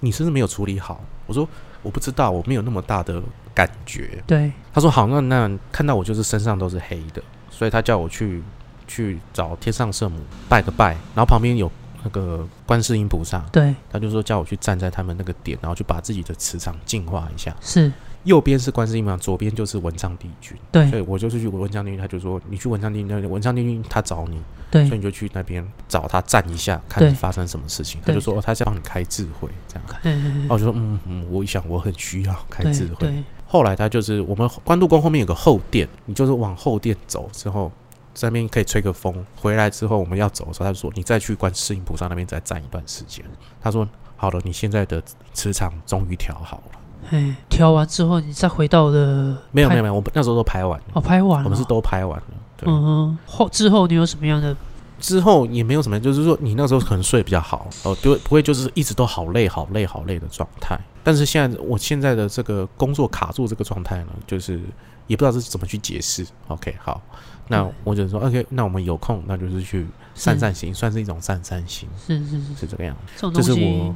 Speaker 1: 你是不是没有处理好？”我说：“我不知道，我没有那么大的感觉。
Speaker 2: 对，”
Speaker 1: 他说：“好，那那看到我就是身上都是黑的，所以他叫我去去找天上圣母拜个拜，然后旁边有那个观世音菩萨，
Speaker 2: 对，
Speaker 1: 他就说叫我去站在他们那个点，然后去把自己的磁场净化一下。
Speaker 2: 是，
Speaker 1: 右边是观世音菩萨，左边就是文昌帝君。所以
Speaker 2: 对，
Speaker 1: 我就是去文昌帝君，他就说你去文昌帝君那里，文昌帝君他找你，所以
Speaker 2: 对，
Speaker 1: 你就去那边找他站一下，看
Speaker 2: 嗯对
Speaker 1: 发生什么事情。他
Speaker 2: 对
Speaker 1: 就说、哦、他在帮你开智慧这样。
Speaker 2: 嗯，
Speaker 1: 哦，我就说嗯嗯，我一想我很需要开
Speaker 2: 对
Speaker 1: 智慧，
Speaker 2: 对，
Speaker 1: 后来它就是我们关渡宫后面有个后殿，你就是往后殿走之后，在那边可以吹个风。回来之后我们要走的时候，他就说你再去观世音菩萨那边再站一段时间。他说好了，你现在的磁场终于调好了。
Speaker 2: 哎，调完之后你再回到了
Speaker 1: 没有没有
Speaker 2: 拍
Speaker 1: 没有，我们那时候都拍完了，
Speaker 2: 哦，拍完了，
Speaker 1: 嗯我们是都拍完了。对，
Speaker 2: 嗯哼，后之后你有什么样的
Speaker 1: 之后也没有什么，就是说你那时候可能睡得比较好哦，就不会就是一直都好累、好累、好累的状态。但是现在我现在的这个工作卡住这个状态呢，就是也不知道是怎么去解释。OK，好，那
Speaker 2: 对
Speaker 1: 我只能说 OK，那我们有空那就是去散散
Speaker 2: 嗯
Speaker 1: 心，算是一种散散心，
Speaker 2: 是是是
Speaker 1: 是这个样子。
Speaker 2: 这种
Speaker 1: 这
Speaker 2: 东
Speaker 1: 是
Speaker 2: 西
Speaker 1: 我，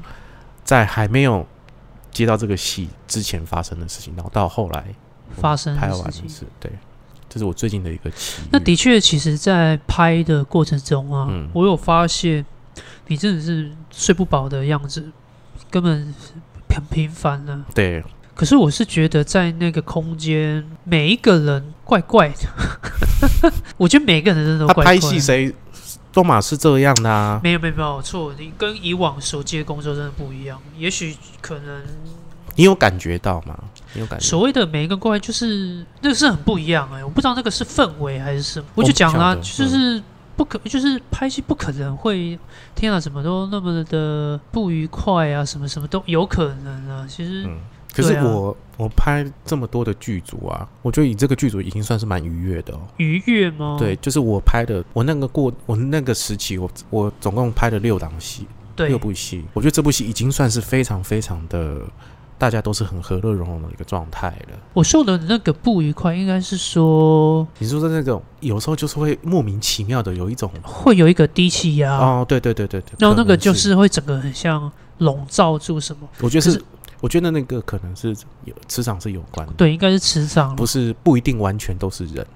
Speaker 1: 在还没有接到这个戏之前发生的事情，然后到后来我
Speaker 2: 发生的
Speaker 1: 拍
Speaker 2: 事
Speaker 1: 完的
Speaker 2: 情
Speaker 1: 事，对，这是我最近的一个奇遇。
Speaker 2: 那的确，其实，在拍的过程中啊，
Speaker 1: 嗯
Speaker 2: 我有发现你真的是睡不饱的样子，根本很频繁呢、
Speaker 1: 对
Speaker 2: 可是我是觉得在那个空间，每一个人怪怪的， 我觉得每一个人真
Speaker 1: 他
Speaker 2: 的都怪怪
Speaker 1: 拍
Speaker 2: 的。
Speaker 1: 戏谁都嘛是这样的啊。
Speaker 2: 没有没有没有错，你跟以往熟悉的工作真的不一样。也许可能
Speaker 1: 你有感觉到吗？你有感觉
Speaker 2: 所
Speaker 1: 到？
Speaker 2: 谓的每一个怪，就是那个是很不一样哎、我不知道那个是氛围还是什么。我就讲啦、
Speaker 1: 我不晓
Speaker 2: 就
Speaker 1: 得嗯
Speaker 2: 是不可，就是拍戏不可能会，天啊，怎么都那么的不愉快啊，什么什么都有可能啊。其实，
Speaker 1: 嗯可是
Speaker 2: 对啊
Speaker 1: 我、我拍这么多的剧组啊，我觉得以这个剧组已经算是蛮愉悦的哦。
Speaker 2: 愉悦吗？
Speaker 1: 对，就是我拍的，我那个过我那个时期，我我总共拍了六档戏，
Speaker 2: 对
Speaker 1: 六，部戏，我觉得这部戏已经算是非常非常的，大家都是很和乐融融的一个状态了。
Speaker 2: 我受的那个不愉快，应该是说
Speaker 1: 你说的那种，有时候就是会莫名其妙的有一种，
Speaker 2: 会有一个低气压，
Speaker 1: 哦，对对对对对，
Speaker 2: 啊然后那
Speaker 1: 可
Speaker 2: 个
Speaker 1: 能
Speaker 2: 就，是会整个很像笼罩住什么。
Speaker 1: 我觉得
Speaker 2: 可
Speaker 1: 是
Speaker 2: 是，
Speaker 1: 我觉得那个可能是有磁场是有关的，
Speaker 2: 对，应该是磁场，
Speaker 1: 不是不一定完全都是人。对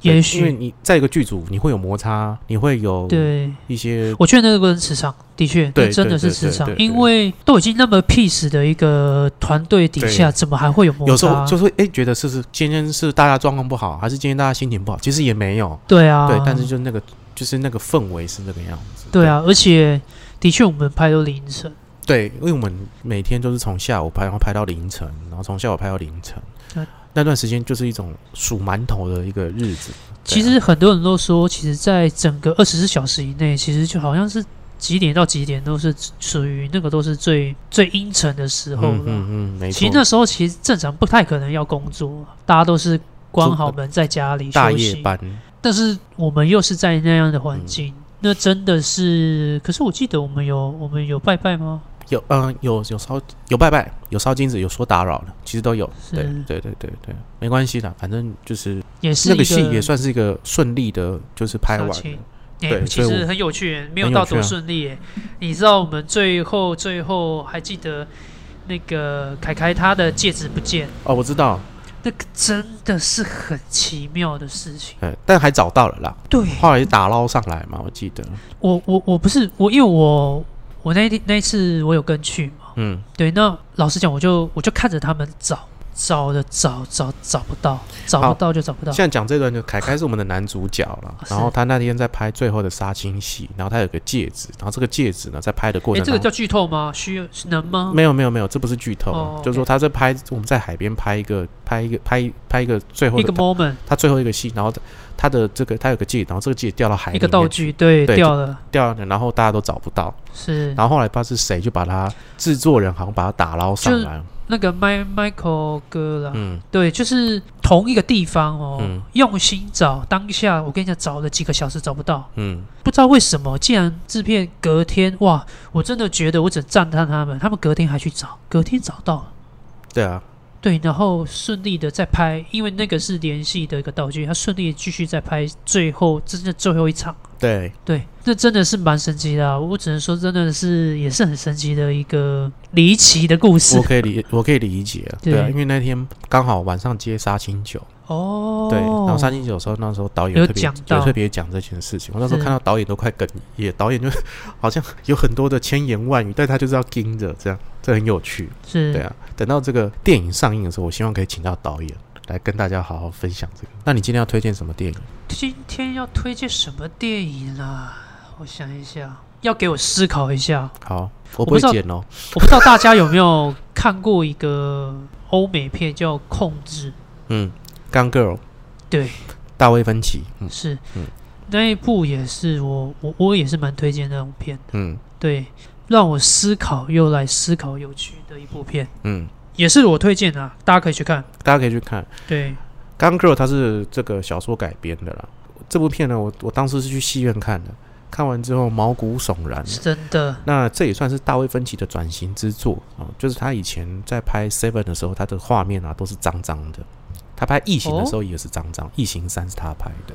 Speaker 2: 也
Speaker 1: 因为
Speaker 2: 许
Speaker 1: 你在一个剧组，你会有摩擦，你会有
Speaker 2: 对。
Speaker 1: 一些
Speaker 2: 我觉得那个跟磁场的确，
Speaker 1: 对
Speaker 2: 那真的是磁
Speaker 1: 对
Speaker 2: 场
Speaker 1: 对，对对
Speaker 2: 因为都已经那么 peace 的一个团队底下，
Speaker 1: 对
Speaker 2: 怎么还会有摩擦？
Speaker 1: 有时候就是哎、诶觉得是是今天是大家状况不好，还是今天大家心情不好，其实也没有，
Speaker 2: 对啊，
Speaker 1: 对，但是就那个就是那个氛围是那个样子，
Speaker 2: 对啊，而且的确我们拍到凌晨，
Speaker 1: 对，因为我们每天都是从下午拍，然后拍到凌晨，然后从下午拍到凌晨
Speaker 2: 对，
Speaker 1: 那段时间就是一种数馒头的一个日子，
Speaker 2: 其实很多人都说，其实在整个二十四小时以内，其实就好像是几点到几点都是属于那个都是最最阴沉的时候
Speaker 1: 嗯
Speaker 2: 了。
Speaker 1: 嗯嗯，没错
Speaker 2: 其实，那时候其实正常不太可能要工作，大家都是关好门在家里
Speaker 1: 大
Speaker 2: 休
Speaker 1: 夜
Speaker 2: 息。
Speaker 1: 班，
Speaker 2: 但是我们又是在那样的环境，
Speaker 1: 嗯
Speaker 2: 那真的是。可是我记得我们有我们有拜拜吗？
Speaker 1: 有嗯、有有烧有拜拜，有烧金子，有说打扰的，其实都有，对
Speaker 2: 是
Speaker 1: 对对对对，没关系的，反正就是
Speaker 2: 也是
Speaker 1: 那
Speaker 2: 一
Speaker 1: 个戏也算是一个顺利的，就是拍完
Speaker 2: 杀青
Speaker 1: 了。
Speaker 2: 哎、
Speaker 1: 对
Speaker 2: 其
Speaker 1: 所以
Speaker 2: 实
Speaker 1: 我
Speaker 2: 很有趣耶，没有
Speaker 1: 很
Speaker 2: 到
Speaker 1: 有趣
Speaker 2: 多
Speaker 1: 啊
Speaker 2: 顺利耶、你知道我们最后最后还记得那个凯凯他的戒指不见，
Speaker 1: 哦，我知道，
Speaker 2: 那个真的是很奇妙的事情。
Speaker 1: 哎，但还找到了啦，
Speaker 2: 对
Speaker 1: 后来打捞上来嘛，我记得，
Speaker 2: 我我我不是我，因为我我那天那一次我有跟去嘛，
Speaker 1: 嗯，
Speaker 2: 对，那老实讲，我就我就看着他们找，找的找找找不到，找
Speaker 1: 好
Speaker 2: 不到就找不到
Speaker 1: 现。在讲这段就凯凯是我们的男主角了，
Speaker 2: 哦是
Speaker 1: 然后他那天在拍最后的杀青戏，然后他有个戒指，然后这个戒指呢，在拍的过
Speaker 2: 哎，
Speaker 1: 程
Speaker 2: 这个
Speaker 1: 当
Speaker 2: 叫
Speaker 1: 中。
Speaker 2: 剧透吗？需要能吗？
Speaker 1: 没有没有没有，这不是剧透，
Speaker 2: 哦
Speaker 1: 就是说他在拍我们在海边拍一个拍一个拍拍一个最后
Speaker 2: 一
Speaker 1: 的
Speaker 2: 个 moment，
Speaker 1: 他最后一个戏，然后他的这个他有个戒指，然后这个戒指掉到海里
Speaker 2: 一个道
Speaker 1: 面
Speaker 2: 具，对，
Speaker 1: 对
Speaker 2: 掉了，
Speaker 1: 掉，然后大家都找不到，
Speaker 2: 是
Speaker 1: 然后后来不知道是谁就把他制作人好像把他打捞上
Speaker 2: 就是
Speaker 1: 来，
Speaker 2: 那个 My Michael 哥啦，
Speaker 1: 嗯
Speaker 2: 对，就是同一个地方哦，
Speaker 1: 嗯
Speaker 2: 用心找，当下我跟你讲，找了几个小时找不到，
Speaker 1: 嗯，
Speaker 2: 不知道为什么，竟然制片隔天，哇，我真的觉得我只赞叹他们，他们隔天还去找，隔天找到了。
Speaker 1: 对啊，
Speaker 2: 对，然后顺利的再拍，因为那个是联系的一个道具，他顺利的继续再拍最后真的最后一场。
Speaker 1: 对，
Speaker 2: 对，这真的是蛮神奇的、啊，我只能说真的是也是很神奇的一个离奇的故事
Speaker 1: 我可以理， 我可以理解啊，对啊，
Speaker 2: 对
Speaker 1: 因为那天刚好晚上接杀青酒，
Speaker 2: 哦。
Speaker 1: 对，然后杀青酒的时候，那时候导演
Speaker 2: 有
Speaker 1: 特别
Speaker 2: 讲到
Speaker 1: 有特别讲这件事情，我那时候
Speaker 2: 是
Speaker 1: 看到导演都快哽咽，导演就 好像有很多的千言万语，但他就是要盯着这样，这很有趣，
Speaker 2: 是，
Speaker 1: 对啊，等到这个电影上映的时候，我希望可以请到导演来跟大家好好分享这个。那你今天要推荐什么电影？
Speaker 2: 今天要推荐什么电影啊？我想一下，要给我思考一下。
Speaker 1: 好，我
Speaker 2: 不
Speaker 1: 不会
Speaker 2: 知道
Speaker 1: 剪哦。
Speaker 2: 我不知道大家有没有看过一个欧美片叫《控制
Speaker 1: 嗯，《Gun Girl》
Speaker 2: 对，
Speaker 1: 大卫芬奇，嗯》，
Speaker 2: 是、
Speaker 1: 嗯
Speaker 2: 那一部也是我我我也是蛮推荐那种片的，
Speaker 1: 嗯
Speaker 2: 对，让我思考又来思考有趣的一部片，
Speaker 1: 嗯，
Speaker 2: 也是我推荐的啊，大家可以去看。
Speaker 1: 大家可以去看。
Speaker 2: 对，
Speaker 1: 《Gun Girl》它是这个小说改编的啦。这部片呢，我我当时是去戏院看的，看完之后毛骨悚然。
Speaker 2: 是真的，
Speaker 1: 那这也算是大卫芬奇的转型之作啊、就是他以前在拍《Seven》的时候，他的画面啊都是脏脏的。他拍《异形》的时候也是脏脏，异形三》是他拍的。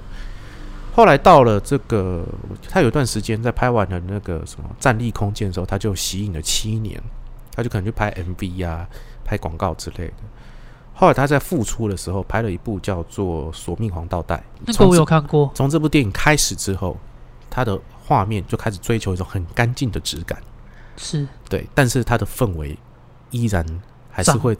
Speaker 1: 后来到了这个，他有一段时间在拍完了那个什么《战力空间》的时候，他就吸引了七年，他就可能去拍 MV 呀、拍广告之类的。后来他在复出的时候，拍了一部叫做《索命黄道带》，
Speaker 2: 那个
Speaker 1: 从
Speaker 2: 我
Speaker 1: 此
Speaker 2: 有看过，
Speaker 1: 从这部电影开始之后，他的画面就开始追求一种很干净的质感，
Speaker 2: 是
Speaker 1: 对，但是它的氛围依然还是
Speaker 2: 脏
Speaker 1: 会，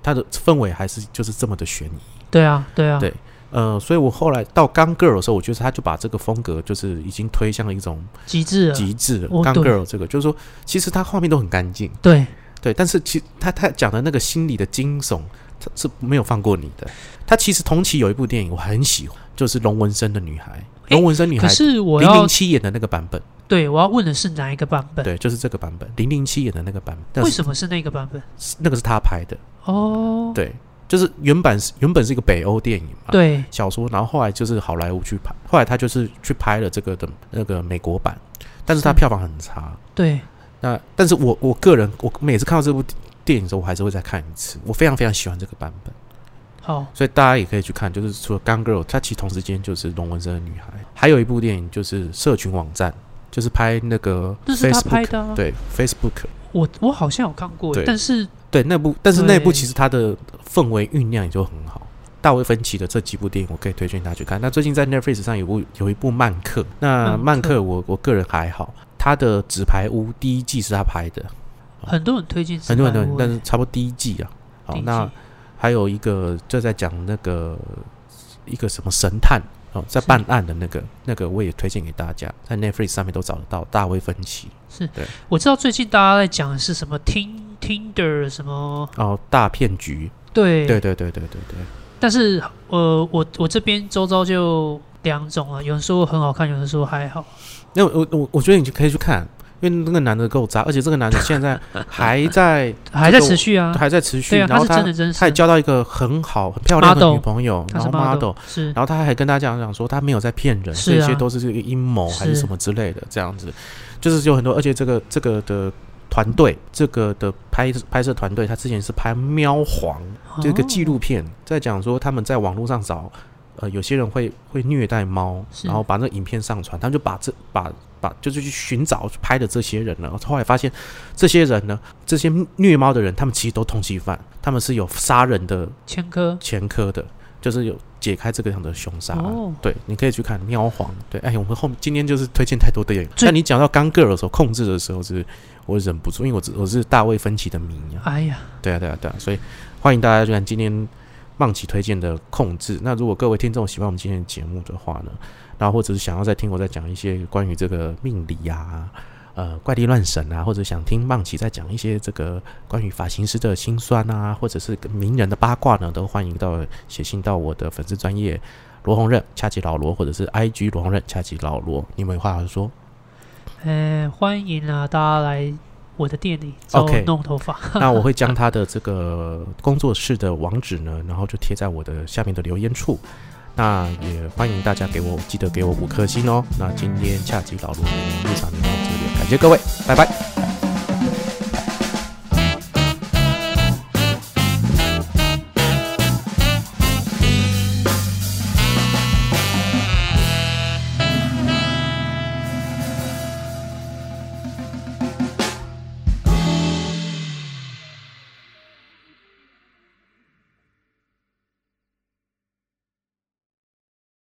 Speaker 1: 它的氛围还是就是这么的悬疑。
Speaker 2: 对啊，对啊，
Speaker 1: 对呃，所以我后来到《Gun Girl》的时候，我觉得他就把这个风格就是已经推向了一种
Speaker 2: 极致了，
Speaker 1: 极致了。
Speaker 2: 哦
Speaker 1: Gun
Speaker 2: 对
Speaker 1: Girl》这个就是说，其实它画面都很干净，
Speaker 2: 对，
Speaker 1: 对，但是其他他讲的那个心理的惊悚，他是没有放过你的。他其实同期有一部电影我很喜欢，就是《龙纹身的女孩》。
Speaker 2: 诶
Speaker 1: 龙纹身女
Speaker 2: 可
Speaker 1: 孩
Speaker 2: 是我
Speaker 1: 零
Speaker 2: 要
Speaker 1: 零七演的那个版本，
Speaker 2: 对我要问的是哪一个版本？
Speaker 1: 对，就是这个版本，零零七演的那个版本，
Speaker 2: 为
Speaker 1: 那
Speaker 2: 什么是那个版本？
Speaker 1: 是那个是他拍的，
Speaker 2: 哦，
Speaker 1: 对，就是原版是原本是一个北欧电影嘛，
Speaker 2: 对
Speaker 1: 小说，然后后来就是好莱坞去拍，后来他就是去拍了这个的那个美国版，但是他
Speaker 2: 是
Speaker 1: 票房很差。
Speaker 2: 对
Speaker 1: 那但是我我个人，我每次看到这部电影的时候，我还是会再看一次，我非常非常喜欢这个版本，
Speaker 2: 好，
Speaker 1: 所以大家也可以去看。就是除了《Gun Girl》，它其实同时间就是《龙纹身的女孩》，还有一部电影就是《社群网站》，就是拍那个
Speaker 2: 那是他
Speaker 1: Facebook，
Speaker 2: 拍的、啊，
Speaker 1: 对 Facebook
Speaker 2: 我我好像有看过
Speaker 1: 对，
Speaker 2: 但是
Speaker 1: 对那部，但是那部
Speaker 2: 对
Speaker 1: 其实它的氛围酝酿也就很好。大卫芬奇的这几部电影，我可以推荐大家去看。那最近在 Netflix 上有部有一部《曼克》，那《曼
Speaker 2: 曼克
Speaker 1: 克》我我个人还好，他的《纸牌屋》第一季是他拍的，
Speaker 2: 很多人推荐
Speaker 1: 很
Speaker 2: 纸
Speaker 1: 多很
Speaker 2: 牌
Speaker 1: 多人
Speaker 2: 屋，
Speaker 1: 但是差不多第一季啊。好
Speaker 2: 第一，
Speaker 1: 那
Speaker 2: 季
Speaker 1: 还有一个就在讲那个一个什么神探哦，在
Speaker 2: 是
Speaker 1: 办案的那个那个我也推荐给大家，在 Netflix 上面都找得到。大卫芬奇
Speaker 2: 我知道最近大家在讲的是什么 Tin Tinder 什么
Speaker 1: 哦，大骗局，
Speaker 2: 对
Speaker 1: 对对对对对对，
Speaker 2: 但是呃，我我这边周遭就两种啊，有人说很好看，有人说还好。
Speaker 1: 那我我我觉得你就可以去看，因为那个男的够渣，而且这个男的现在还 在
Speaker 2: 还在持续啊，
Speaker 1: 还在持续，
Speaker 2: 对啊，
Speaker 1: 然
Speaker 2: 他
Speaker 1: 后
Speaker 2: 是真
Speaker 1: 他
Speaker 2: 的真
Speaker 1: 他也
Speaker 2: 实，
Speaker 1: 交到一个很好很漂亮的
Speaker 2: Model
Speaker 1: 女朋友，
Speaker 2: 他
Speaker 1: 然
Speaker 2: 是
Speaker 1: 后 model，
Speaker 2: 是
Speaker 1: 然后他还跟大家讲说他没有在骗人，
Speaker 2: 是
Speaker 1: 这
Speaker 2: 啊
Speaker 1: 些都是这个阴谋还是
Speaker 2: 是
Speaker 1: 什么之类的，这样子，就是有很多，而且这个这个的。团队这个的拍拍摄团队，他之前是拍《喵皇》这个纪
Speaker 2: 录
Speaker 1: 录片，在讲说他们在网络上找，呃，有些人会会虐待猫，
Speaker 2: 是
Speaker 1: 然后把那影片上传，他们就把这把把就是去寻找拍的这些人呢，后来发现这些人呢，这些虐猫的人，他们其实都通缉犯，他们是有杀人的
Speaker 2: 前科
Speaker 1: 前科的，就是有解开这个样的凶杀案。
Speaker 2: 哦，
Speaker 1: 对，你可以去看《喵皇》。对，哎，我们后面今天就是推荐太多的电影。
Speaker 2: 最
Speaker 1: 但你讲到《刚 girl》的时候，控制的时候是，我忍不住，因为我是我是大卫芬奇的迷啊。
Speaker 2: 哎呀，
Speaker 1: 对啊，对啊，对啊，所以欢迎大家去看今天梦奇推荐的《控制》。那如果各位听众喜欢我们今天的节目的话呢，然后或者是想要再听我再讲一些关于这个命理啊、呃怪力乱神啊，或者想听梦奇再讲一些这个关于发型师的辛酸啊，或者是名人的八卦呢，都欢迎到写信到我的粉丝专业罗红任恰吉老罗，或者是 IG 罗红任恰吉老罗，你们有话好说。
Speaker 2: 呃，欢迎啊，大家来我的店里找我
Speaker 1: OK
Speaker 2: 弄头发。
Speaker 1: 那我会将他的这个工作室的网址呢，然后就贴在我的下面的留言处。那也欢迎大家给我记得给我五颗星哦。那今天下集老罗日常聊到这里，感谢各位，拜拜。